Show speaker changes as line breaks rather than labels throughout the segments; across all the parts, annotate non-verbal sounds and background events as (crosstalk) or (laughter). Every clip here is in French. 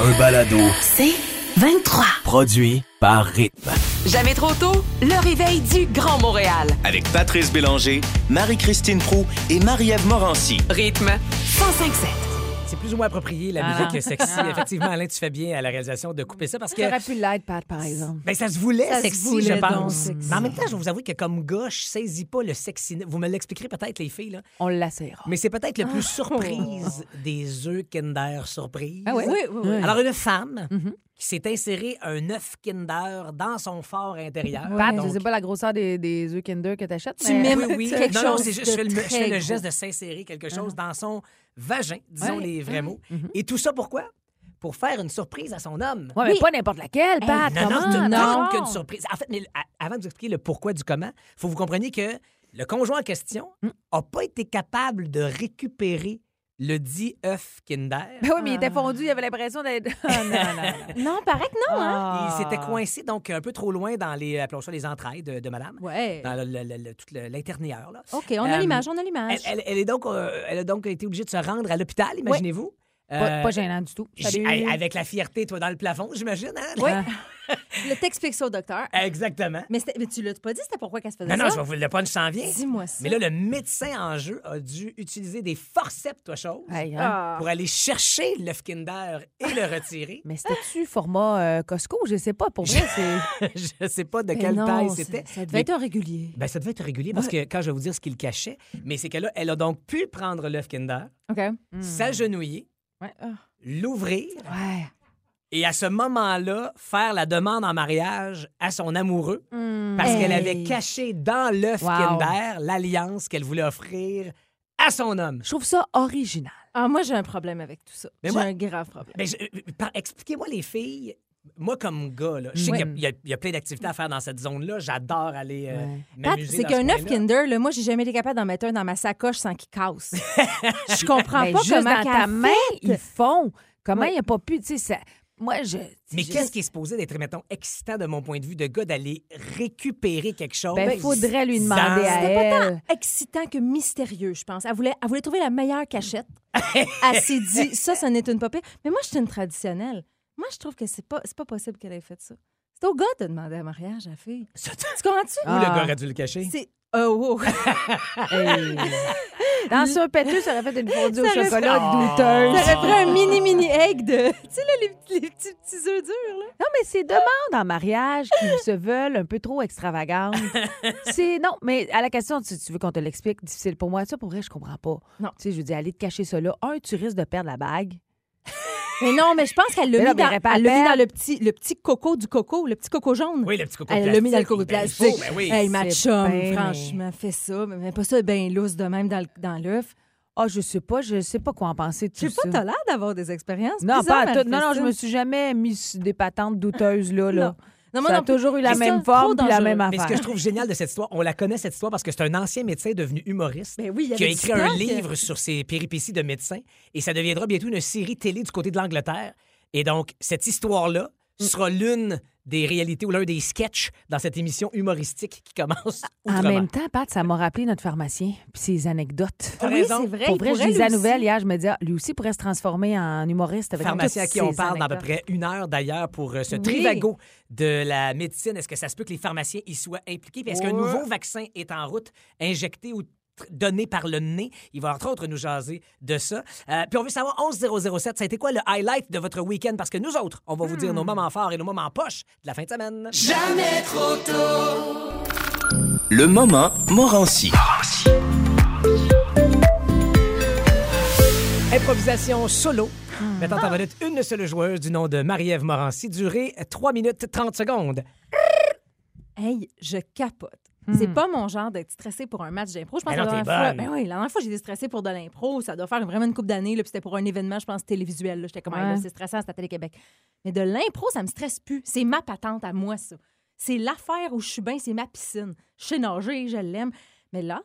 Un balado
C'est 23.
produit par Rythme.
Jamais trop tôt, le réveil du Grand Montréal.
avec Patrice Bélanger, Marie-Christine Prou et Marie-Ève Morancy.
Rythme 105.7.
C'est plus ou moins approprié,
Ah
la musique sexy.
(laughs)
Effectivement, Alain, tu fais bien à la réalisation de couper ça parce que.
J'aurais pu l'être, Pat, par exemple.
Ben, ça se voulait
Ça se
sexy,
voulait
je
donc
pense.
sexy.
Mais en même temps, je vais vous avouer que comme gars, je saisis pas le sexy. Vous me l'expliquerez peut-être, les filles, là.
On l'essayera.
Mais c'est peut-être le plus surprise des œufs Kinder surprise.
Ah ouais? Mhm. Oui, oui, oui.
Alors, une femme qui s'est insérée un œuf Kinder dans son fort intérieur.
Pat,
Donc,
je sais pas la grosseur des, des œufs Kinder que t'achètes,
Ah Tu
mais...
mimes
Ben Oui, oui.
quelque
non, non,
chose
c'est juste,
de
je fais le, je fais
très
le
gros. Ah.
geste de s'insérer quelque chose dans son vagin, disons
Ouais.
les
Mmh.
vrais mots. Et tout ça pourquoi? Pour faire une surprise à son homme.
Ouais, mais pas n'importe
Eh,
laquelle, Pat.
Non, non,
comment?
c'est une grande
Non.
qu'une surprise. En fait, mais à- avant de vous expliquer le pourquoi du comment, faut que vous compreniez que le conjoint en question
Mmh.
n'a pas été capable de récupérer le dit œuf Kinder.
Ben oui, mais il était fondu, il avait l'impression
(laughs)
d'être. Ah, non, non, non.
Ah. Non, paraît que non, hein?
Ah.
Il s'était coincé donc un peu trop loin dans les, appelons ça les entrailles de, de madame,
Ouais.
dans le- le- le- le- tout le- l'intérieur. là.
OK, on
Euh,
a l'image, on a
Elle,
l'image.
elle- elle est donc, euh, elle a donc été obligée de se rendre à l'hôpital, imaginez-vous.
Pas,
Euh,
pas gênant du tout.
j-
Salut.
hey, Avec la fierté, toi, dans le plafond, j'imagine. hein? Ah.
Oui.
Ah.
(laughs) Le t'expliques ça au docteur.
Exactement.
Mais, c'était- mais tu l'as pas dit, c'était pourquoi qu'elle se faisait
Non, non, je
ça?
vais vous le punch s'en vient.
Dis-moi ça.
Mais là, le médecin en jeu a dû utiliser des forceps, toi, chose,
Ah.
Hey, hein.
pour aller chercher l'œuf Kinder et le
(laughs)
retirer. (laughs)
Mais c'était-tu format euh, Costco? Je sais pas. Pour vrai, c'est.
je sais pas de
Mais
quelle
non,
taille
ça-
c'était.
Ça devait
mais-
être un régulier.
Ben, ça devait être régulier parce que quand je vais vous dire ce qu'il cachait, mais c'est que là, elle a donc pu prendre l'œuf Kinder,
OK. Hmm.
s'agenouiller,
Ouais. Ah.
l'ouvrir
Ouais.
et à ce moment-là, faire la demande en mariage à son amoureux
Hmm.
parce
Hey.
qu'elle avait caché dans l'œuf
Wow.
Kinder l'alliance qu'elle voulait offrir à son homme.
Je trouve ça original.
Ah, moi, j'ai un problème avec tout ça.
Mais
J'ai
moi-
un grave problème.
Ben, je- euh, par- Expliquez-moi, les filles. Moi, comme gars, là, je sais
Ouais.
qu'il y a- il y, a- il y a plein d'activités à faire dans cette zone-là. J'adore aller euh,
Ouais.
Pat,
m'amuser
c'est
dans
qu'un
ce
œuf
coin-là.
Kinder, là, moi, j'ai jamais été capable d'en mettre un dans ma sacoche sans qu'il
(laughs)
casse. je comprends
Ben,
pas
juste
comment
dans
qu'elle
ta main,
fait.
ils font. Comment
Ouais.
il n'y a pas pu. Tu sais, ça- moi, je.
Mais
je-
qu'est-ce qui est supposé d'être, mettons, excitant de mon point de vue, de gars, d'aller récupérer quelque chose?
Ben, faudrait lui
sans-
demander à
C'était pas
elle.
tant excitant que mystérieux, je pense. Elle voulait, elle voulait trouver la meilleure (laughs) cachette. elle s'est dit, ça, ça n'est une popée. Mais moi, je suis une traditionnelle. Moi, je trouve que c'est pas, c'est pas possible qu'elle ait fait ça. C'est au gars de demander un mariage à la fille.
Ça-
Tu comprends-tu?
Ou le
Ah.
gars aurait dû le cacher?
C'est. Oh, wow. (laughs)
Hey. Dans un péteux, ça aurait fait une fondue au
Ça aurait-
chocolat
Ça
douteuse.
aurait pris un mini, mini egg de. (laughs) Tu sais, là, les, petits- les petits, petits œufs durs, là.
Non, mais ces demandes en mariage qui se veulent un peu trop extravagantes, c'est... Non, mais à la question, tu, tu veux qu'on te l'explique, difficile pour moi. Ça, pour vrai, je comprends pas.
Non.
Tu sais, je veux dire, aller te cacher ça là, un, tu risques de perdre la bague.
Mais non, mais je pense qu'elle l'a
Mais
mis,
là, mais
dans,
aurait pas
elle l'a mis
appel.
dans le petit, le petit coco du coco, le petit coco jaune.
Oui, le petit coco de
Elle l'a mis dans le
plastique. Ben,
coco de
il faut, ben
plastique.
oui.
Hey, ma
C'est
chum,
bien,
franchement, fais ça. Mais mais pas ça, ben lousse de même dans le- dans l'œuf.
Ah, je sais pas, je sais pas quoi en penser de
Je
tout
sais pas,
ça.
t'as l'air d'avoir des expériences.
Non, pas
bizarres,
à tout. Non, non, je
Marie-Christine.
me suis jamais mis sur des patentes douteuses là. là.
Non, moi
ça a
non plus.
toujours eu la
Mais ça,
même
trop
forme puis la
dangereux.
même
Mais ce
affaire.
que je trouve génial de cette histoire, on la connaît cette histoire parce que c'est un ancien médecin devenu humoriste
Ben oui, il y
qui a
avait du
écrit un
stock.
livre sur ses péripéties de médecin et ça deviendra bientôt une série télé du côté de l'Angleterre. Et donc, cette histoire-là sera l'une des réalités ou l'un des sketchs dans cette émission humoristique qui commence
En
outrement.
même temps, Pat, ça m'a rappelé notre pharmacien puis ses anecdotes.
T'as
Ah Oui,
raison.
c'est vrai.
Pour
il
vrai, je
pourrait,
lisais la
lui aussi.
nouvelle hier, je me disais, ah, lui aussi pourrait se transformer en humoriste avec
Pharmacien à
toutes
qui on
ses
parle dans à peu
anecdotes.
près une heure d'ailleurs pour euh, ce
Oui.
trivago de la médecine. Est-ce que ça se peut que les pharmaciens y soient impliqués? Puis est-ce qu'un
Ouais.
nouveau vaccin est en route, injecté ou tr- donné par le nez? Il va entre autres nous jaser de ça. Euh, puis on veut savoir, 11007, ça a été quoi le highlight de votre week-end? Parce que nous autres, on va vous dire nos moments forts et nos moments poches de la fin de semaine.
Le moment Morancy.
Improvisation solo. Mettant en vedette une seule joueuse du nom de Marie-Ève Morancy, durée 3 minutes 30 secondes.
Hey, je capote.
Mm.
C'est pas mon genre d'être stressé pour un match d'impro. Je pense
Ben
que la
non, t'es
dernière fois,
bonne.
ben oui, la dernière fois j'ai été stressée pour de l'impro, ça doit faire vraiment une coupe d'années là, puis c'était pour un événement, je pense télévisuel là. j'étais comme Ah, là,
Ouais.
c'est stressant, c'est à Télé-Québec. Mais de l'impro, ça me stresse plus, c'est ma patente à moi ça. C'est l'affaire où je suis bien, c'est ma piscine. Je sais nager, je l'aime. Mais là,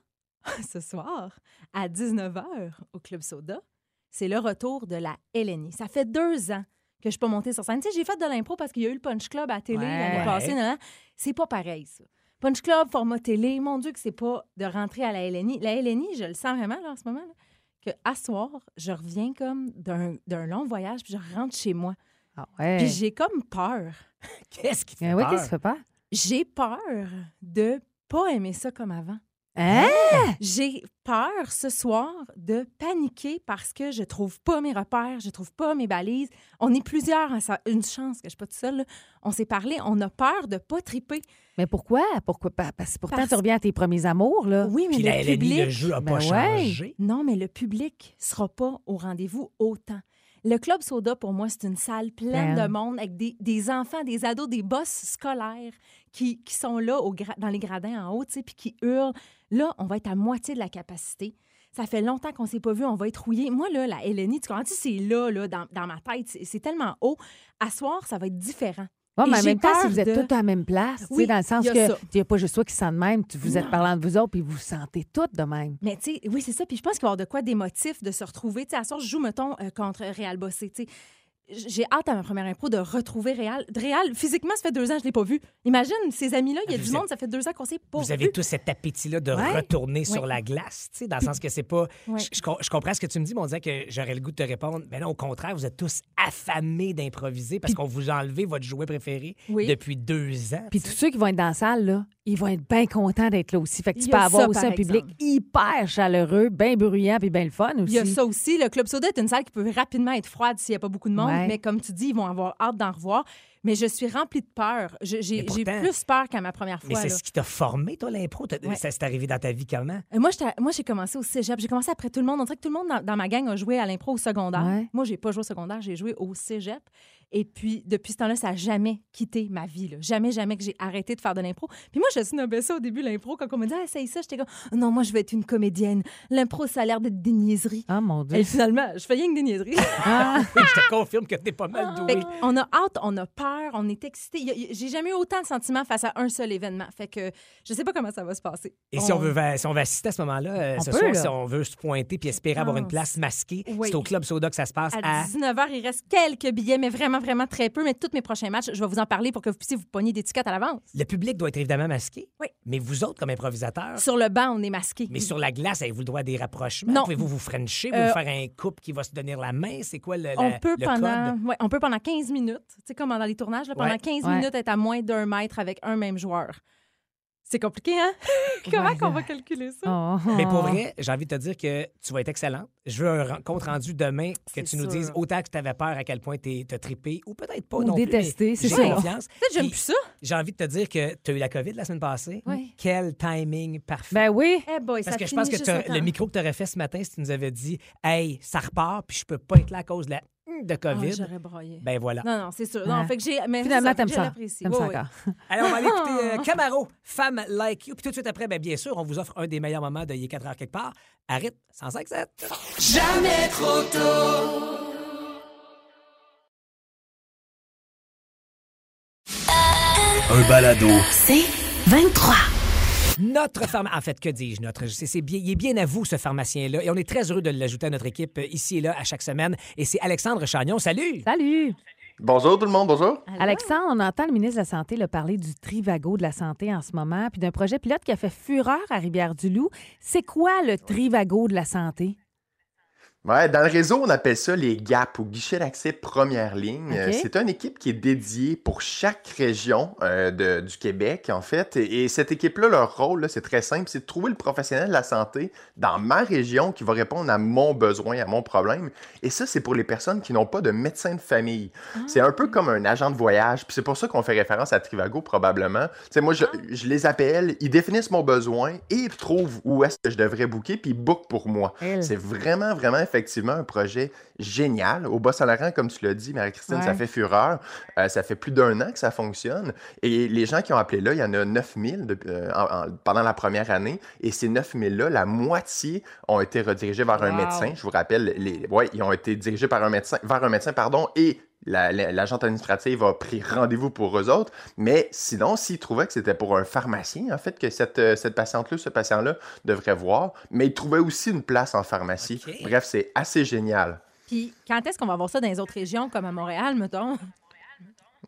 ce soir, à 19h au Club Soda, c'est le retour de la Hélénie. Ça fait deux ans que je suis pas montée sur scène. Tu sais, j'ai fait de l'impro parce qu'il y a eu le Punch Club à la télé
Ouais.
l'année
Ouais.
passée. nan, nan. C'est pas pareil, ça. Punch Club, format télé, mon Dieu que c'est pas de rentrer à la LNI. La LNI, je le sens vraiment là, en ce moment, là, que à soir, je reviens comme d'un d'un long voyage, puis je rentre chez moi.
Ah ouais.
Puis j'ai comme peur.
Qu'est-ce qui te fait
Eh oui,
peur?
qu'est-ce que tu fais pas?
J'ai peur de pas aimer ça comme avant.
Hein?
J'ai peur ce soir de paniquer parce que je trouve pas mes repères, je trouve pas mes balises. On est plusieurs, à sa- une chance que je suis pas toute seule. là. On s'est parlé, on a peur de pas triper.
Mais pourquoi? Pourquoi? pas? Parce que pourtant,
Parce-
tu reviens à tes premiers amours, là.
Oui, mais
Puis la
le public,
LNI, le jeu a
Ben
pas
ouais.
changé.
non, mais le public sera pas au rendez-vous autant. Le club soda pour moi, c'est une salle pleine
Ben.
de monde avec des, des enfants, des ados, des boss scolaires qui, qui sont là au gra- dans les gradins en haut, tu sais, puis qui hurlent. Là, on va être à moitié de la capacité. Ça fait longtemps qu'on s'est pas vu, on va être rouillé. Moi, là, la LNI, tu comprends, c'est là, là, dans, dans ma tête, c'est c'est tellement haut. À soir, ça va être différent.
Ouais,
Et
mais en
j'ai
même temps, si
peur
vous êtes
de-
tous à la même place, tu sais,
Oui,
dans le sens
il y a
que
ça.
il n'y a pas juste toi qui sens de même, tu- vous êtes parlant de vous autres, puis vous vous sentez toutes de même.
Mais tu sais, oui, c'est ça. Puis je pense qu'il va y avoir de quoi des motifs de se retrouver. Tu sais, à soir, je joue, mettons, euh, contre Real Bossé. Tu sais, J- j'ai hâte à ma première impro de retrouver Real. De Real, physiquement, ça fait deux ans que je ne l'ai pas vu. Imagine, ces amis-là, il y a
Ah, Vous
du
êtes-
monde, ça fait deux ans qu'on s'est pas
Vous
vu.
avez tous cet appétit-là de
Ouais.
retourner sur la glace, tu sais, dans le sens que c'est pas.
Ouais.
Je, je com- je comprends ce que tu me dis, mais on dirait que j'aurais le goût de te répondre. Mais non, au contraire, vous êtes tous affamés d'improviser parce qu'on vous a enlevé votre jouet préféré
Oui.
depuis deux ans.
Puis tous ceux qui vont être dans la salle, là, ils vont être bien contents d'être là aussi. Fait que
Il
tu
y
peux
a
avoir
ça,
aussi
par
un public
exemple.
hyper chaleureux, bien bruyant, puis bien le fun aussi.
Il y a ça aussi. Le Club Soda est une salle qui peut rapidement être froide s'il n'y a pas beaucoup de monde.
Ouais.
Mais comme tu dis, ils vont avoir hâte d'en revoir. Mais je suis remplie de peur. Je- J'ai
Mais pourtant-
j'ai plus peur qu'à ma première fois.
Mais c'est
là.
ce qui t'a formé, toi, l'impro. T'as-
Ouais.
Ça s'est arrivé dans ta vie comment?
Euh, Moi, j'étais- moi, j'ai commencé au cégep. J'ai commencé après tout le monde. On dirait que tout le monde dans, dans ma gang a joué à l'impro au secondaire.
Ouais.
Moi, j'ai pas joué au secondaire, j'ai joué au cégep. Et puis, depuis ce temps-là, ça n'a jamais quitté ma vie. là. Jamais, jamais que j'ai arrêté de faire de l'impro. Puis moi, je snobais ça au début, l'impro. Quand on me dit, ah, essaye ça, j'étais comme, non, moi, je veux être une comédienne. L'impro, ça a l'air d'être des niaiseries.
Ah, mon
Et
Dieu.
finalement, je fais rien que des niaiseries.
Ah.
je te confirme que t'es pas mal
Ah.
doué.
on a hâte, on a peur, on est excité. Il y a- il- J'ai jamais eu autant de sentiments face à un seul événement. Fait que je sais pas comment ça va se passer.
Et si on,
On-
veut, va- si on veut assister à ce moment-là, euh,
On
ce
peut,
soir,
là.
si on veut se pointer puis espérer avoir une
pense.
place masquée,
Oui.
c'est au Club Soda que ça se passe à...
À 19h, il reste quelques billets, mais vraiment, vraiment très peu. Mais tous mes prochains matchs, je vais vous en parler pour que vous puissiez vous pogner des tickets à l'avance.
Le public doit être évidemment masqué,
Oui.
mais vous autres, comme improvisateurs,
Sur le banc, on est masqué.
Ah. mais sur la glace, avez-vous le droit à des rapprochements?
Non.
Pouvez-vous vous frencher?
Euh,
vous faire un couple qui va se donner la main? C'est quoi le,
on,
la-
peut
le
pendant,
code?
ouais, on peut pendant 15 minutes, tu sais, comme dans les tournages, là, pendant
Ouais.
15
Ouais.
minutes être à moins d'un mètre avec un même joueur. C'est compliqué,
(laughs)
hein? Comment
Ouais,
qu'on
là.
va calculer ça?
Oh.
Mais
Ah.
pour vrai, j'ai envie de te dire que tu vas être excellente. Je veux un ren- compte rendu demain que
C'est
tu nous
sûr.
dises autant que tu avais peur, à quel point tu t'as trippé, ou peut-être pas
Ou
non plus,
détesté,
mais
c'est
j'ai
ça.
confiance.
Peut-être j'aime
Puis
plus ça.
J'ai envie de te dire que tu as eu la COVID la semaine passée.
Oui.
Quel timing parfait.
Ben oui.
Eh boy,
Parce
ça
que je
finit
pense que
juste
t'as-
à temps.
le micro que tu aurais fait ce matin, si tu nous avais dit Hey, ça repart, puis je peux pas être là à cause de la hmm, de
Ah,
COVID.
j'aurais broyé.
ben voilà.
Non, non, c'est sûr. Non,
Ouais.
fait que j'ai... mais c'est
Finalement,
ça,
t'aimes
je
ça.
l'apprécie.
T'aimes
Ouais,
ça
ouais.
encore.
Alors, on va aller écouter euh, Camaro, Femme Like You. Puis tout de suite après, ben, bien sûr, on vous offre un des meilleurs moments de Il est 4 heures quelque part. Arrête, 105 7.
Un balado.
C'est 23.
Notre pharmacien, en fait, que dis-je, notre, c'est, c'est bien, il est bien à vous, ce pharmacien-là. Et on est très heureux de l'ajouter à notre équipe euh, ici et là à chaque semaine. Et c'est Alexandre Chagnon. Salut!
Salut.
Bonjour tout le monde, bonjour.
Alexandre, on entend le ministre de la Santé le parler du Trivago de la Santé en ce moment, puis d'un projet pilote qui a fait fureur à Rivière-du-Loup. C'est quoi le Trivago de la Santé?
Ouais, dans le réseau, on appelle ça les GAP ou guichets d'accès première ligne.
Ok.
Euh, C'est une équipe qui est dédiée pour chaque région euh, de- du Québec, en fait. Et, et cette équipe-là, leur rôle, là, c'est très simple, c'est de trouver le professionnel de la santé dans ma région qui va répondre à mon besoin, à mon problème. Et ça, c'est pour les personnes qui n'ont pas de médecin de famille. C'est un
Ah.
peu comme un agent de voyage. Puis c'est pour ça qu'on fait référence à Trivago, probablement. Tu sais, moi, je,
Ah.
je les appelle, ils définissent mon besoin et ils trouvent où est-ce que je devrais booker, puis ils bookent pour moi.
Elle.
C'est vraiment, vraiment, effectivement, un projet génial. Au Bas-Saint-Laurent, comme tu l'as dit, Marie-Christine,
Ouais.
ça fait fureur. Euh, ça fait plus d'un an que ça fonctionne. Et les gens qui ont appelé là, il y en a 9000 de- euh, en- en- pendant la première année. Et ces 9000-là, la moitié ont été redirigés vers un
Wow.
médecin. Je vous rappelle, les, ouais, ils ont été dirigés par un médecin, vers un médecin, pardon, et la- la- l'agente administrative a pris rendez-vous pour eux autres. Mais sinon, s'ils trouvaient que c'était pour un pharmacien, en fait, que cette, euh, cette patiente-là, ce patient-là devrait voir, mais ils trouvaient aussi une place en pharmacie.
Ok.
Bref, c'est assez génial.
Puis quand est-ce qu'on va voir ça dans les autres régions, comme à Montréal, mettons?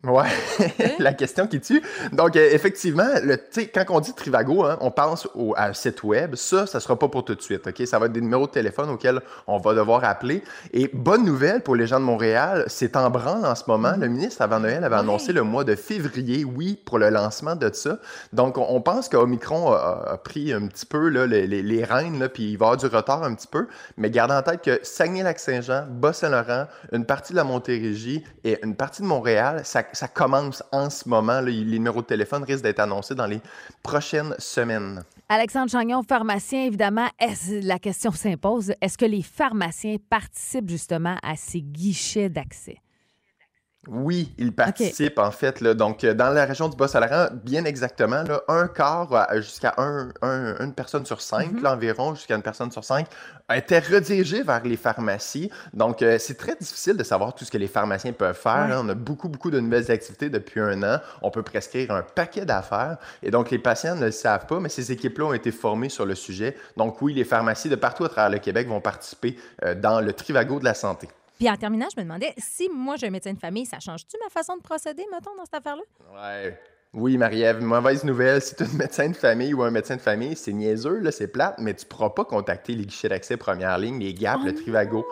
Ouais, (laughs) la question qui tue. Donc, euh, effectivement, le, tu sais, quand on dit Trivago, hein, on pense au, à un site web. Ça, ça sera pas pour tout de suite, OK? Ça va être des numéros de téléphone auxquels on va devoir appeler. Et bonne nouvelle pour les gens de Montréal, c'est en branle en ce moment. Le ministre, avant Noël, avait annoncé le mois de février, oui, pour le lancement de ça. Donc, on, on pense qu'Omicron a, a- a pris un petit peu là, les, les- les rênes, là, puis il va avoir du retard un petit peu. Mais gardez en tête que Saguenay-Lac-Saint-Jean, Bas-Saint-Laurent, une partie de la Montérégie et une partie de Montréal, ça, ça commence en ce moment. là. les numéros de téléphone risquent d'être annoncés dans les prochaines semaines.
Alexandre Chagnon, pharmacien, évidemment, est-ce- la question s'impose. Est-ce que les pharmaciens participent justement à ces guichets d'accès?
Oui, ils participent en fait. Là, donc, euh, dans la région du Bas-Saint-Laurent, bien exactement, là, un quart à- jusqu'à un, un- une personne sur cinq, là, environ jusqu'à une personne sur cinq, était redirigée vers les pharmacies. Donc, euh, c'est très difficile de savoir tout ce que les pharmaciens peuvent faire. hein. On a beaucoup, beaucoup de nouvelles activités depuis un an. On peut prescrire un paquet d'affaires. Et donc, les patients ne le savent pas, mais ces équipes-là ont été formées sur le sujet. Donc, oui, les pharmacies de partout à travers le Québec vont participer euh, dans le Trivago de la santé.
Puis en terminant, je me demandais, si moi j'ai un médecin de famille, ça change-tu ma façon de procéder, mettons, dans cette affaire-là?
Ouais. Oui, Marie-Ève, mauvaise nouvelle, si tu es une médecin de famille ou un médecin de famille, c'est niaiseux, là, c'est plate, mais tu ne pourras pas contacter les guichets d'accès première ligne, les GAP, le Trivago.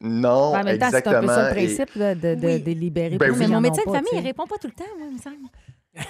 Non,
Oh Ben, en même temps, c'est un peu
Oh, exactement.
ça le
et-
principe là, de, de,
Oui.
des libérés
Ben
pour
oui.
ceux
Mais
qui en
mon
ont
médecin de
pas,
famille,
tu
il
sais.
répond pas tout le temps, moi, il me semble.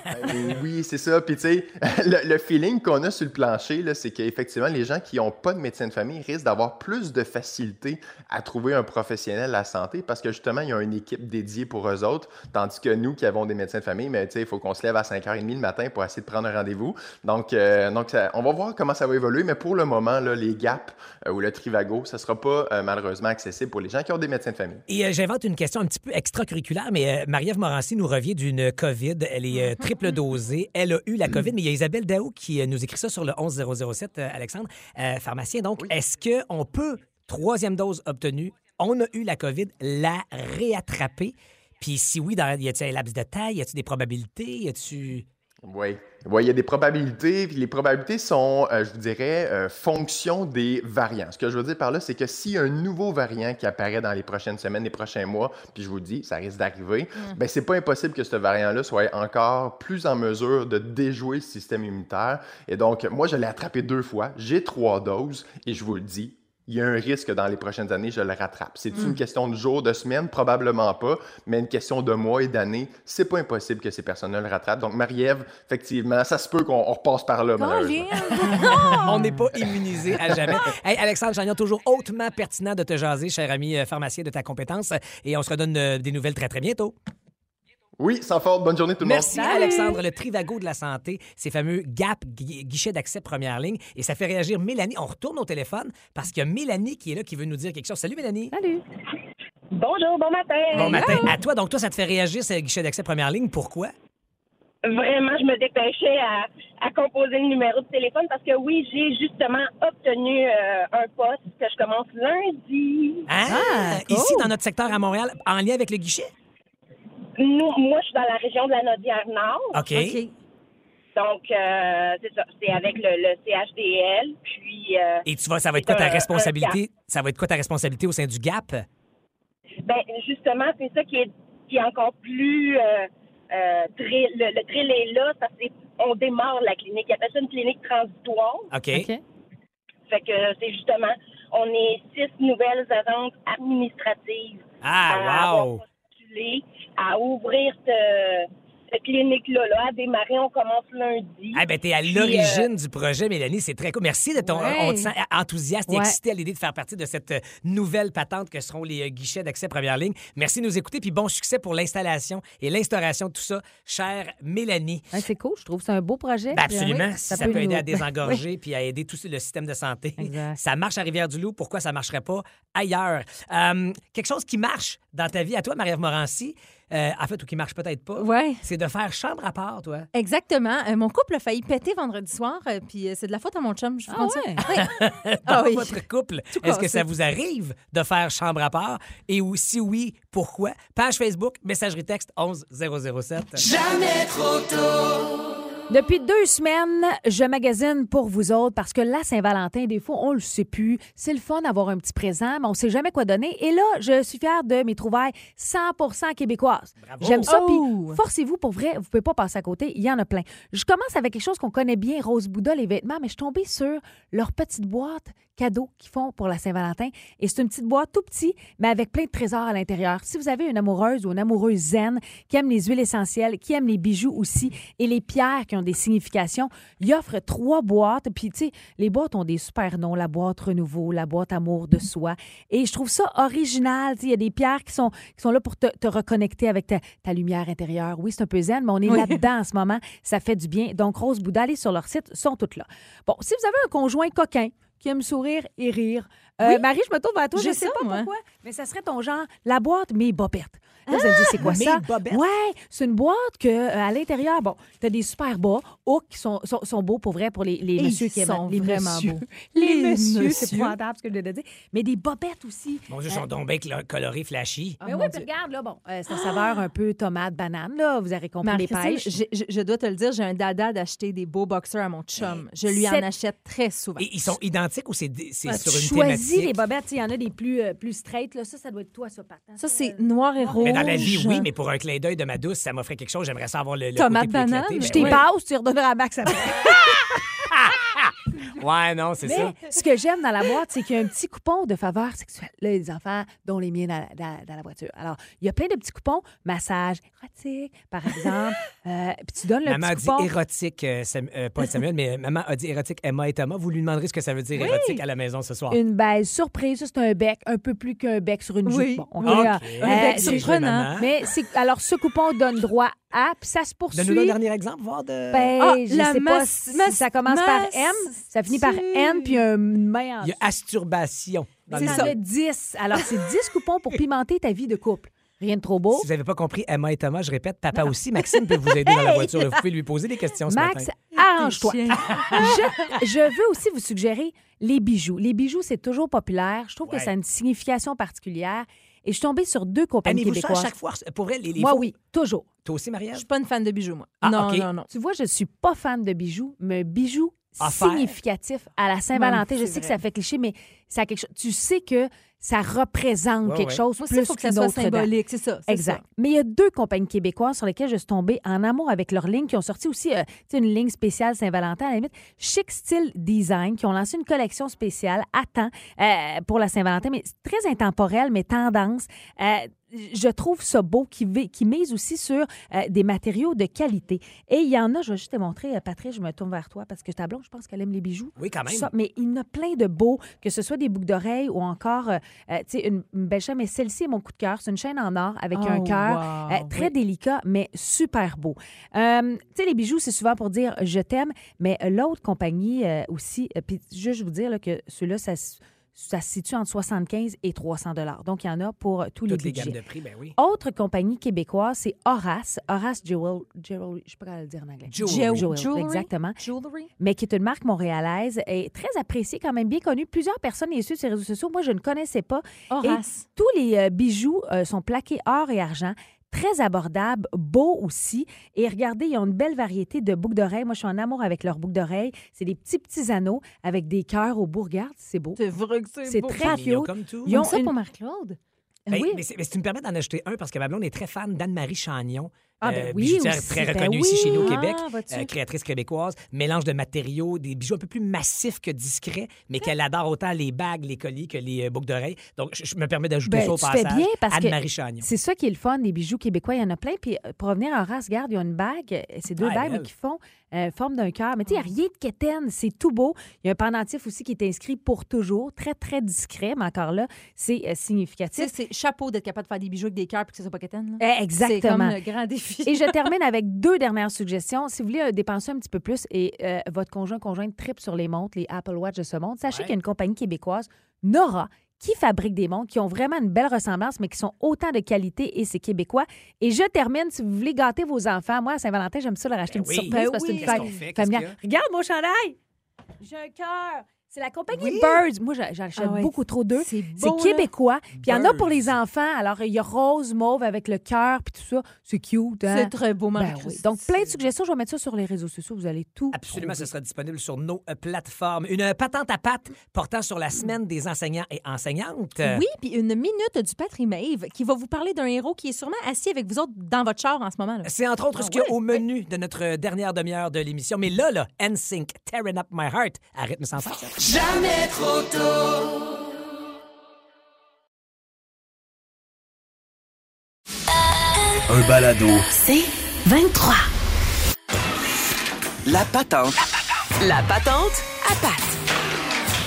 Euh, oui, c'est ça. Puis, tu sais, (laughs) le, le feeling qu'on a sur le plancher, là, c'est qu'effectivement, les gens qui n'ont pas de médecin de famille risquent d'avoir plus de facilité à trouver un professionnel à la santé parce que justement, il y a une équipe dédiée pour eux autres. Tandis que nous qui avons des médecins de famille, mais tu sais, il faut qu'on se lève à 5h30 le matin pour essayer de prendre un rendez-vous. Donc, euh, donc ça- on va voir comment ça va évoluer. Mais pour le moment, là, les gaps euh, ou le Trivago, ça ne sera pas euh, malheureusement accessible pour les gens qui ont des médecins de famille.
Et euh, j'invente une question un petit peu extracurriculaire, mais euh, Marie-Ève Morancy nous revient d'une COVID. Elle est euh, triple dosée. Elle a eu la COVID, mais il y a Isabelle Daou qui euh, nous écrit ça sur le 11007, euh, Alexandre, euh, pharmacien. Donc, est-ce qu'on peut, troisième dose obtenue, on a eu la COVID, la réattraper? Puis si oui, dans, y a-t-il un laps de taille? Y a-t-il des probabilités? Y a-t-il...
Oui. Ouais, il y a des probabilités, puis les probabilités sont, euh, je vous dirais, euh, fonction des variants. Ce que je veux dire par là, c'est que s'il y a un nouveau variant qui apparaît dans les prochaines semaines, les prochains mois, puis je vous dis, ça risque d'arriver, ben c'est pas impossible que ce variant-là soit encore plus en mesure de déjouer le système immunitaire. Et donc, moi, je l'ai attrapé deux fois, j'ai trois doses, et je vous le dis, il y a un risque que dans les prochaines années, je le rattrape. C'est une question de jours, de semaines, probablement pas, mais une question de mois et d'années. C'est pas impossible que ces personnes-là le rattrapent. Donc, Marie-Ève, effectivement, ça se peut qu'on on repasse par là, malheureusement.
(laughs) On n'est pas immunisé à jamais. Hey, Alexandre Chagnon, toujours hautement pertinent de te jaser, cher ami euh, pharmacien de ta compétence. Et on se redonne euh, des nouvelles très, très bientôt.
Oui, sans faute. Bonne journée, tout le monde.
Merci Alexandre, le Trivago de la santé, ces fameux GAP, gui- guichets d'accès première ligne. Et ça fait réagir Mélanie. On retourne au téléphone parce qu'il y a Mélanie qui est là, qui veut nous dire quelque chose. Salut Mélanie.
Salut.
Bonjour, bon matin.
Bon matin à toi. Donc toi, ça te fait réagir ces guichets d'accès première ligne. Pourquoi?
Vraiment, je me dépêchais à, à composer le numéro de téléphone parce que oui, j'ai justement obtenu euh, un poste que je commence lundi.
Hein?
Ah, cool.
Ici, dans notre secteur à Montréal, en lien avec le guichet?
Nous, moi, je suis dans la région de la Nodière-Nord.
OK.
Donc, euh, c'est ça, c'est avec le, le CHDL. Puis, euh,
Et tu vois, ça va être quoi ta
Euh,
responsabilité? Ça va être quoi ta responsabilité au sein du GAP?
ben, justement, c'est ça qui est, qui est encore plus... euh, euh, thrill. le, le thrill est là parce qu'on démarre la clinique. Il appelle ça une clinique transitoire.
OK.
OK.
Fait que c'est justement, on est six nouvelles agentes administratives
Ah,
à
wow!
avoir postulé, à ouvrir cette, cette clinique-là, là, à démarrer, on commence lundi.
Ah ben t'es à
Puis,
l'origine du projet, Mélanie, c'est très cool. Merci de ton.
Ouais.
On te sent enthousiaste et
Ouais.
excité à l'idée de faire partie de cette euh, nouvelle patente que seront les euh, guichets d'accès première ligne. Merci de nous écouter, puis bon succès pour l'installation et l'instauration de tout ça, chère Mélanie.
Ouais, c'est cool, je trouve. C'est un beau projet.
Ben, absolument,
Oui,
si ça peut aider
nous- (laughs)
à désengorger puis à aider tout le système de santé.
Exact.
Ça marche à Rivière-du-Loup, pourquoi ça marcherait pas ailleurs? Euh, quelque chose qui marche dans ta vie à toi, Marie-Ève Morancy, euh, en fait, ou qui marche peut-être pas,
Ouais.
c'est de faire chambre à part, toi.
Exactement. Euh, mon couple a failli péter vendredi soir, euh, puis euh, c'est de la faute à mon chum. Je vous
Ah
compte ça.
ouais?
(laughs) Oui.
dans
Ah oui.
votre
(laughs)
couple.
Tout
Est-ce que
cassé.
ça vous arrive de faire chambre à part? Et ou- si oui, pourquoi? Page Facebook, messagerie texte 11007.
Depuis deux semaines, je magasine pour vous autres parce que la Saint-Valentin, des fois, on le sait plus. C'est le fun d'avoir un petit présent, mais on sait jamais quoi donner. Et là, je suis fière de mes trouvailles 100% québécoises.
Bravo.
J'aime ça.
Oh!
Puis forcez-vous pour vrai, vous pouvez pas passer à côté. Il y en a plein. Je commence avec quelque chose qu'on connaît bien, Rose Bouddha, les vêtements, mais je suis tombée sur leur petite boîte cadeau qu'ils font pour la Saint-Valentin. Et c'est une petite boîte tout petit, mais avec plein de trésors à l'intérieur. Si vous avez une amoureuse ou une amoureuse zen qui aime les huiles essentielles, qui aime les bijoux aussi et les pierres qui ont des significations, il offre trois boîtes. Puis, tu sais, les boîtes ont des super noms. La boîte renouveau, la boîte amour
Mm.
de soi. Et je trouve ça original. Tu sais, Il y a des pierres qui sont, qui sont là pour te, te reconnecter avec ta, ta lumière intérieure. Oui, c'est un peu zen, mais on est là-dedans en ce moment. Ça fait du bien. Donc, Rose Bouddha, allez sur leur site, sont toutes là. Bon, si vous avez un conjoint coquin, qui aime sourire et rire. Euh, Marie, je me tourne vers toi. Je
J'ai
sais
ça,
pas
moi.
pourquoi, mais ça serait ton genre, la boîte, mais bobette. Là, vous allez me dire, c'est quoi
mes
ça?
bobettes.
Ouais, c'est une boîte que euh, à l'intérieur, bon, t'as des super bas, hauts qui sont, sont, sont beaux pour vrai pour les, les
Et
messieurs
ils
qui aiment.
sont
les
vraiment
messieurs.
beaux.
(laughs) Les,
Les
messieurs, c'est
messieurs.
épouvantable ce que je viens de dire. Mais des bobettes aussi.
Bon, je suis donc bien clo- coloré, flashy.
mais oui, puis regarde, là, bon, euh, c'est à saveur un peu tomate, banane, là. Vous avez compris les
Marie-Christine,
pêches.
j'ai- je, je dois te le dire, j'ai un dada d'acheter des beaux boxers à mon chum. Je lui en
Sept-
achète très souvent.
Et ils sont identiques ou c'est c'est
Tu
sur une
choisis les
thématique?
bobettes. tu sais, Il y en a des plus, euh, plus straight, là. Ça, ça doit être toi, ça, Pat.
Ça, c'est noir et rouge.
Mais dans la vie, oui, mais pour un clin d'œil de ma douce, ça m'offrait quelque chose. J'aimerais savoir le, le
Tomate
côté plus éclaté.
banane.
Ben
Je t'ai
oui.
passe, tu redonneras à Max après.
Ouais, non, c'est ça.
Mais Ben, ce que j'aime dans la boîte, c'est qu'il y a un petit coupon de faveur sexuelle. Là, les enfants, dont les miens dans, la- dans- dans la voiture. Alors, il y a plein de petits coupons. Massage érotique, par exemple. Euh, puis tu donnes le
maman a
petit
dit
coupon.
érotique, euh, Sam- euh, pas Samuel, mais maman a dit érotique Emma et Thomas. Vous lui demanderez ce que ça veut dire érotique à la maison ce soir.
Une baisse surprise, Ça, c'est un bec, un peu plus qu'un bec sur une joue.
Oui.
Bon, on
Oui.
verra.
Ok.
Euh, c'est-
Un bec
Bien joué,
surprenant.
maman.
Mais c'est alors ce coupon donne droit à, puis ça se poursuit.
Donne-nous le dernier exemple, voir de.
Ben,
Ah,
je
la
sais pas
masse-
si
masse-
ça commence par
masse-
M, ça finit par N, puis un main en
Il y a asturbation. dans
C'est
le
ça.
mot.
10. Alors, c'est 10 coupons pour pimenter ta vie de couple. Rien de trop beau.
Si vous n'avez pas compris, Emma et Thomas, je répète, papa aussi, Maxime peut vous aider dans la voiture. Vous pouvez lui poser des questions ce
Ah. Max,
matin.
arrange-toi.
Des
je, je veux aussi vous suggérer les bijoux. Les bijoux, c'est toujours populaire. Je trouve
Ouais.
que ça a une signification particulière. Et je suis tombée sur deux compagnies
Aimez-vous ça à
québécoises.
chaque fois? Pour vrai, les, les
Moi,
faux-
oui, toujours.
Toi aussi,
Je
Marianne?
suis pas une fan de bijoux, moi.
Ah,
non,
ok.
non, non.
Tu vois, je ne suis pas fan de bijoux, mais un bijou
Offert.
significatif à la Saint-Valentin.
Même,
Je
c'est
sais que
vrai.
ça fait cliché, mais ça a quelque chose. Tu sais que ça représente
Ouais,
quelque
ouais.
chose
Moi aussi,
plus
il faut que ça
qu'une
soit
autre date.
symbolique, c'est ça. c'est
Exact. Mais il y a deux compagnies québécoises sur lesquelles je suis tombée en amour avec leur ligne, qui ont sorti aussi euh, tu sais, une ligne spéciale Saint-Valentin, à la limite. Chic Style Design, qui ont lancé une collection spéciale à temps euh, pour la Saint-Valentin, mais c'est très intemporelle, mais tendance. Euh, je trouve ça beau, qui, vi- qui mise aussi sur euh, des matériaux de qualité. Et il y en a, je vais juste te montrer, euh, Patrice, je me tourne vers toi parce que ta blonde, je pense qu'elle aime les bijoux.
Oui, quand même.
Ça, mais il y en a plein de beaux, que ce soit des boucles d'oreilles ou encore euh, euh, tu sais, une, une belle chaîne. Mais celle-ci est mon coup de cœur. C'est une chaîne en or avec
Oh,
un cœur
wow,
euh, très
oui.
délicat, mais super beau. Euh, tu sais, les bijoux, c'est souvent pour dire je t'aime, mais l'autre compagnie euh, aussi, euh, puis juste vous dire là, que ceux-là, ça, se- ça se situe entre 75 et 300 dollars. Donc, il y en a pour euh, tous les
Toutes les
budgets.
gammes de prix, ben oui.
Autre compagnie québécoise, c'est Horace. Horace Jewel, Jewelry, je sais pas comment le dire en anglais.
Jewelry.
Jewel,
Jewelry.
exactement
ça. Jewelry.
mais qui est une marque montréalaise et très appréciée, quand même bien connue. Plusieurs personnes les suivent sur les réseaux sociaux. Moi, je ne connaissais pas.
Horace.
Et tous les euh, bijoux euh, sont plaqués or et argent. Très abordables, beaux aussi. Et regardez, ils ont une belle variété de boucles d'oreilles. Moi, je suis en amour avec leurs boucles d'oreilles. C'est des petits, petits anneaux avec des cœurs au bout. Regarde, c'est beau.
C'est vrai que c'est
C'est
beau.
très
Mignon
cute.
comme tout.
Ils ont
ça
une-
pour Marc-Claude.
Ben,
oui.
mais, c'est- mais si tu me permets d'en acheter un, parce que ma blonde est très fan d'Anne-Marie Chagnon, euh,
Ah, ben oui,
bijoutière
aussi.
très
Ben
reconnue
oui.
ici chez nous au
Ah,
Québec,
vois-tu.
euh, créatrice québécoise, mélange de matériaux, des bijoux un peu plus massifs que discrets, mais qu'elle adore autant les bagues, les colliers que les euh, boucles d'oreilles. Donc, je, je me permets d'ajouter
Ben,
ça au
tu fais
passage.
bien parce que
Anne-Marie Chagnon.
C'est ça qui est le fun des bijoux québécois. Il y en a plein. Puis euh, pour revenir en race, garde, il y a une bague. euh, C'est deux
Ah,
bagues mais
belle. Ah.
qui font euh, forme d'un cœur. Mais tu sais, il n'y a rien de quétaine. C'est tout beau. Il y a un pendentif aussi qui est inscrit pour toujours. Très, très discret. Mais encore là, c'est euh,
Tu sais,
significatif.
c'est chapeau d'être capable de faire des bijoux avec des cœurs puis que ce soit pas quétaine. là.
Eh,
C'est comme
Exactement.
euh,
le grand défi.
(laughs) Et je termine avec deux dernières suggestions. Si vous voulez euh, dépenser un petit peu plus et euh, votre conjoint conjointe tripe sur les montres, les Apple Watch de ce monde, sachez
Ouais.
qu'il y a une compagnie québécoise, Nora, qui fabrique des montres qui ont vraiment une belle ressemblance, mais qui sont autant de qualité et c'est québécois. Et je termine, si vous voulez gâter vos enfants, moi, à Saint-Valentin, j'aime ça leur acheter
Ben
une petite
oui.
surprise
Ben
parce que c'est
oui.
une
Qu'est-ce qu'on
fête
fait? Qu'est-ce
familiale.
qu'il y a?
Regarde mon chandail! J'ai un cœur! C'est la compagnie Birds. Moi, j'a- j'achète
Ah ouais,
beaucoup trop d'eux.
c'est
C'est
beau, là.
québécois. Puis il y en a pour
Birds.
les enfants. Alors, il y a rose, mauve avec le cœur, puis tout ça. C'est cute, hein?
C'est très beau,
Ben
marie
oui. Donc, plein de suggestions. Je vais mettre ça sur les réseaux sociaux. Vous allez tout.
Absolument, ce
trouver.
sera disponible sur nos euh, plateformes. Une euh, patente à patte portant sur la semaine des enseignants et enseignantes.
Oui, puis une minute du Patrimave qui va vous parler d'un héros qui est sûrement assis avec vous autres dans votre char en ce moment. là.
C'est entre autres
Ah
ce qu'il y a
ouais?
au menu de notre dernière demi-heure de l'émission. Mais là, là, NSYNC, Tearing Up My Heart, à rythme sans faille.
un balado,
23.
La patente
La patente à patte.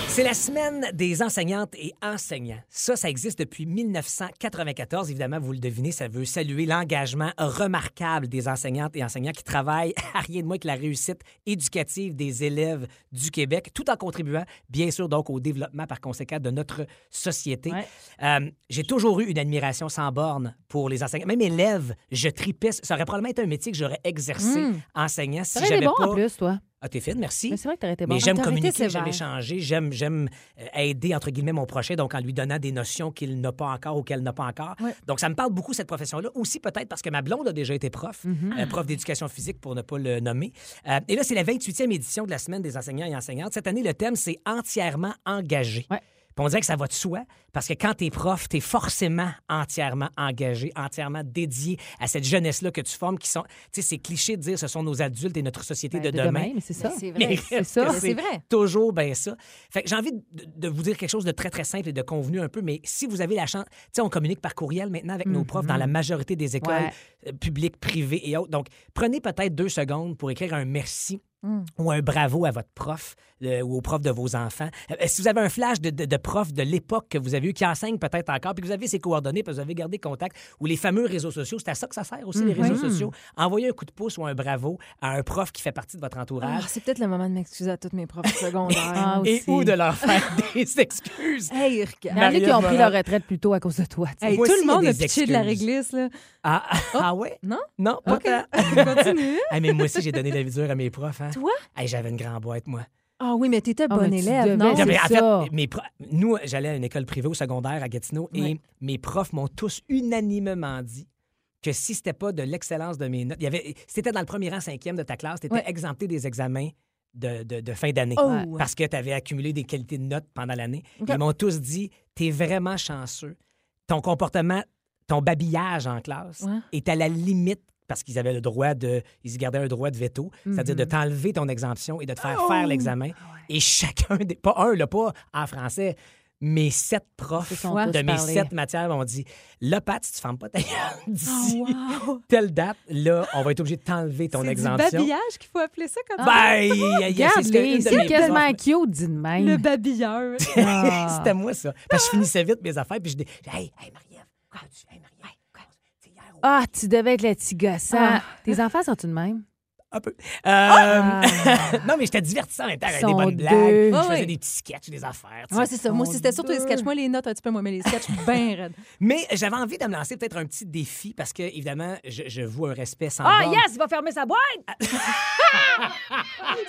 C'est la semaine des enseignantes et enseignants. Ça, ça existe depuis 1994. Évidemment, vous le devinez, ça veut saluer l'engagement remarquable des enseignantes et enseignants qui travaillent (laughs) à rien de moins que la réussite éducative des élèves du Québec, tout en contribuant, bien sûr, donc au développement par conséquent de notre société.
Ouais.
Euh, J'ai toujours eu une admiration sans borne pour les enseignants. Même élève, je tripisse. Ça aurait probablement été un métier que j'aurais exercé
Mm.
enseignant si
T'aurais Hmm. été
j'avais
bon
pas.
en plus, toi.
Ah, t'es fine, merci.
Mais c'est vrai que t'aurais été bon.
Mais j'aime
Autorité
communiquer,
sévère.
j'aime échanger, j'aime j'aime euh, aider entre guillemets mon prochain, donc en lui donnant des notions qu'il n'a pas encore ou qu'elle n'a pas encore.
Ouais.
Donc ça me parle beaucoup cette profession-là. Aussi peut-être parce que ma blonde a déjà été prof, euh, prof d'éducation physique pour ne pas le nommer. Euh, et là c'est la 28e édition de la semaine des enseignants et enseignantes. Cette année le thème c'est entièrement engagé.
Ouais.
Puis on dirait que ça va de soi, parce que quand t'es prof, t'es forcément entièrement engagé, entièrement dédié à cette jeunesse-là que tu formes, qui sont, tu sais, c'est cliché de dire ce sont nos adultes et notre société
Ben,
de, demain.
mais c'est ça.
Ben,
(laughs)
C'est
Mais
vrai.
c'est ça.
reste que
Mais c'est vrai.
Toujours bien ça. Fait que j'ai envie de, de vous dire quelque chose de très, très simple et de convenu un peu, mais si vous avez la chance, tu sais, on communique par courriel maintenant avec nos profs dans la majorité des écoles
Ouais.
euh, publiques, privées et autres. Donc, prenez peut-être deux secondes pour écrire un merci
Mm.
ou un bravo à votre prof euh, ou au prof de vos enfants. Euh, si vous avez un flash de, de- de prof de l'époque que vous avez eu, qui enseigne peut-être encore, puis que vous avez ses coordonnées, puis que vous avez gardé contact, ou les fameux réseaux sociaux, c'est à ça que ça sert aussi, les réseaux sociaux. Envoyez un coup de pouce ou un bravo à un prof qui fait partie de votre
Ah,
entourage
c'est peut-être le moment de m'excuser à toutes mes profs (laughs) secondaires.
Ah, oui.
et
aussi.
ou de leur faire des excuses.
Hey, regarde.
Il y en a qui
Marie-Ève
ont pris
Morin.
leur retraite plus tôt à cause de toi. tu sais.
Hey, tout
Moi aussi,
le monde
il y a
a
des
pitché de la
excuses.
réglisse, là.
Ah, ah, ah ouais?
non?
Non, pas
OK.
tant.
Continue.
Ah, mais moi aussi, j'ai donné de la vie dure à mes profs. Hein.
Toi?
Hey, J'avais une grande boîte, moi.
Ah oui, mais t'étais
Ah,
bon
mais tu
élève,
devais,
non?
c'est
Non, mais en fait,
ça.
mes pro- nous, j'allais à une école privée au secondaire à Gatineau et
Ouais.
mes profs m'ont tous unanimement dit que si c'était pas de l'excellence de mes notes, il y avait, si t'étais dans le premier rang cinquième de ta classe, t'étais
Ouais.
exempté des examens de, de- de fin d'année.
Oh!
Parce que t'avais accumulé des qualités de notes pendant l'année.
OK.
Ils m'ont tous dit, t'es vraiment chanceux. Ton comportement, ton babillage en classe
Ouais.
est à la limite parce qu'ils avaient le droit de, ils se gardaient un droit de veto, c'est-à-dire de t'enlever ton exemption et de te faire faire l'examen. Et chacun, des, pas un, là, pas en français, mais sept profs
Ils se sont
Ouais.
tous
de mes
parlé.
sept matières m'ont dit, là, Pat, si tu fermes pas ta gueule (laughs) d'ici
wow.
telle date, là, on va être obligé de t'enlever ton
C'est du
exemption.
babillage qu'il faut appeler ça comme ça.
Ben, il y a- il y a- c'est ce que
Regarde-les,
une de
c'est
mes profs
quasiment cute, dit de même.
Le babilleur.
Ah.
(laughs) C'était moi, ça. Parce que je finissais vite mes affaires, puis je dis Hey, hey, Marie-Ève, quoi tu Hey, Marie-Ève, quoi? C'est hier, oh,
Ah, tu devais être le petit gossant.
Ah.
Tes enfants sont-ils de même?
Un peu. Euh, (laughs) non, mais j'étais divertissant en même temps, avec
Ils
des
sont
bonnes
deux.
blagues. Je
Ah
faisais
oui.
des petits sketchs, des affaires. tu sais.
Ouais, c'est ça. Moi,
Son
si c'était surtout les
deux.
sketchs. Moi, les notes un petit peu, moi, mais les (laughs) sketchs, bien raides.
Mais j'avais envie de me lancer peut-être un petit défi parce que, évidemment, je, je vous un respect sans.
Ah,
borne.
yes, il va fermer sa boîte!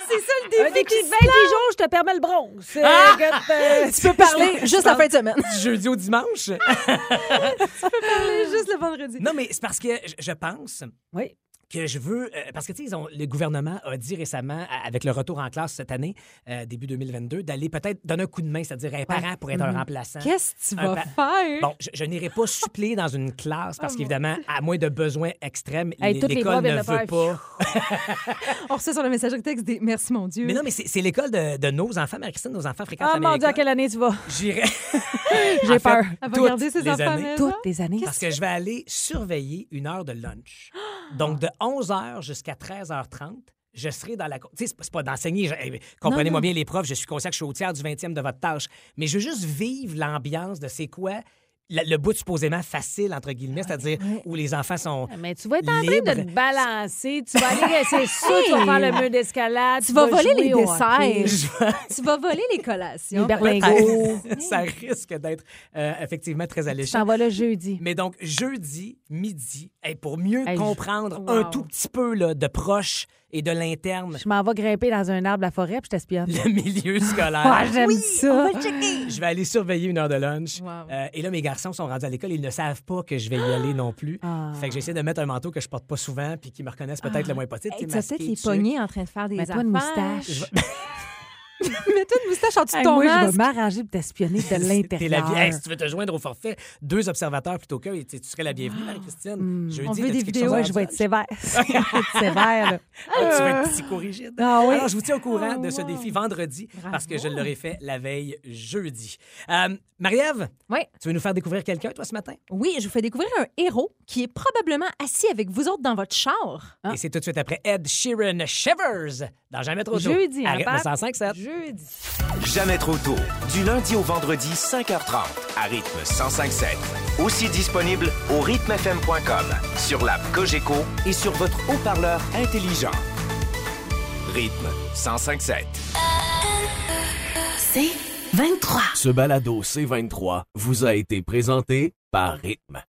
C'est ça le
Un défi de 20 jours, je te permets le bronze. Euh, C'est que t'es-
(laughs) Tu peux parler juste la fin de semaine.
Du jeudi au dimanche. (laughs)
parler juste le vendredi.
non, mais c'est parce que je- je pense
Oui.
que je veux. euh, parce que, tu sais, ils ont- le gouvernement a dit récemment, à- avec le retour en classe cette année, euh, début 2022, d'aller peut-être donner un coup de main, c'est-à-dire un parent pour être un remplaçant.
Mhm. Qu'est-ce que tu
Un
vas
pa-
faire?
Bon, je, je n'irai
(laughs)
pas suppléer dans une classe
Oh,
parce qu'évidemment, à moins de besoins extrêmes,
Hey,
l'é-
toutes les profs
l'école
viennent
ne
de faire
veut pas.
On reçoit sur le messagerie texte des Merci, mon Dieu.
Mais non, mais c'est c'est l'école de, de nos enfants, Marie-Christine, nos enfants fréquentent
Ah,
la
mon
même
Dieu, à
école.
quelle année tu vas? (laughs)
J'irai
J'ai
En fait,
peur.
Elle va
toutes
garder ses
les
enfants à
années.
maison.
Toutes les années.
parce que je vais aller surveiller une heure
(gasps)
de lunch. Donc,
Ah.
de 11h jusqu'à 13h30, je serai dans la... co- Tu sais, c'est pas- c'est pas d'enseigner. je- eh, Comprenez-moi bien, les profs, je suis conscient que je suis au tiers du 20e de votre tâche. Mais je veux juste vivre l'ambiance de c'est quoi la- le bout supposément facile, entre guillemets, c'est-à-dire où les enfants sont.
Ah, Mais tu vas être en train de
Libre.
te balancer. Tu vas aller, c'est sûr, tu vas
Hey!
faire le mur d'escalade.
Tu vas voler les
jouer au hockey.
desserts. tu vas voler les
Les
collations.
berlingots.
(laughs) ça risque d'être euh, effectivement très
Tu
alléchant.
t'en vas le jeudi.
Mais donc, jeudi, midi, hey, pour mieux
Hey, je-
comprendre
Wow.
un tout petit peu là, de proche et de l'interne,
Je m'en vais grimper dans un arbre à la forêt puis je t'espionne.
le (laughs) milieu
Ah,
scolaire.
j'aime ça.
Je vais aller surveiller une heure de lunch.
Wow. Ah!
Euh, et là, mes garçons sont rendus à l'école. Ils ne savent pas que je vais y aller non plus. Fait que j'essaie de mettre un manteau que je porte pas souvent puis qu'ils me reconnaissent peut-être le moins possible.
Ah.
T'es
Hey, tu vas
masqué,
peut-être les
tu sais.
pogner en train de faire des
Mets-toi
affaires.
une moustache.
(laughs) Mets-toi une moustache en dessous de
Hey,
ton
moi, je
masque.
vais m'arranger pour t'espionner de
T'es la vie- Hey,
l'intérieur.
si tu veux te joindre au forfait, deux observateurs plutôt qu'un, et tu tu serais la bienvenue, Marie-Christine. Jeudi,
Ah. Hmm. On veut
t'as-tu
des
quelque
vidéos.
chose à
Ouais, je vais être
dire?
sévère. (laughs) Je vais être sévère, là.
Ah, tu vas être psychorigide.
Euh. Ah oui.
Alors, je vous tiens au courant de ce
wow.
défi vendredi parce que je
Bravo.
l'aurais fait la veille jeudi. Euh, Marie-Ève,
Oui.
tu veux nous faire découvrir quelqu'un, toi, ce matin?
Oui, je vous fais découvrir un héros qui est probablement assis avec vous autres dans votre char.
Ah.
Et c'est tout de suite après Ed Sheeran Shivers dans Jamais trop tôt.
Jeudi, hein,
Arrête,
Pat?
105, 7.
Jeudi.
Jamais trop tôt. Du lundi au vendredi, 5h30, à rythme 105.7. Aussi disponible au rythmefm.com, sur l'app Cogeco et sur votre haut-parleur intelligent. Rythme 105.7.
C'est 23.
Ce balado C23 vous a été présenté par Rythme.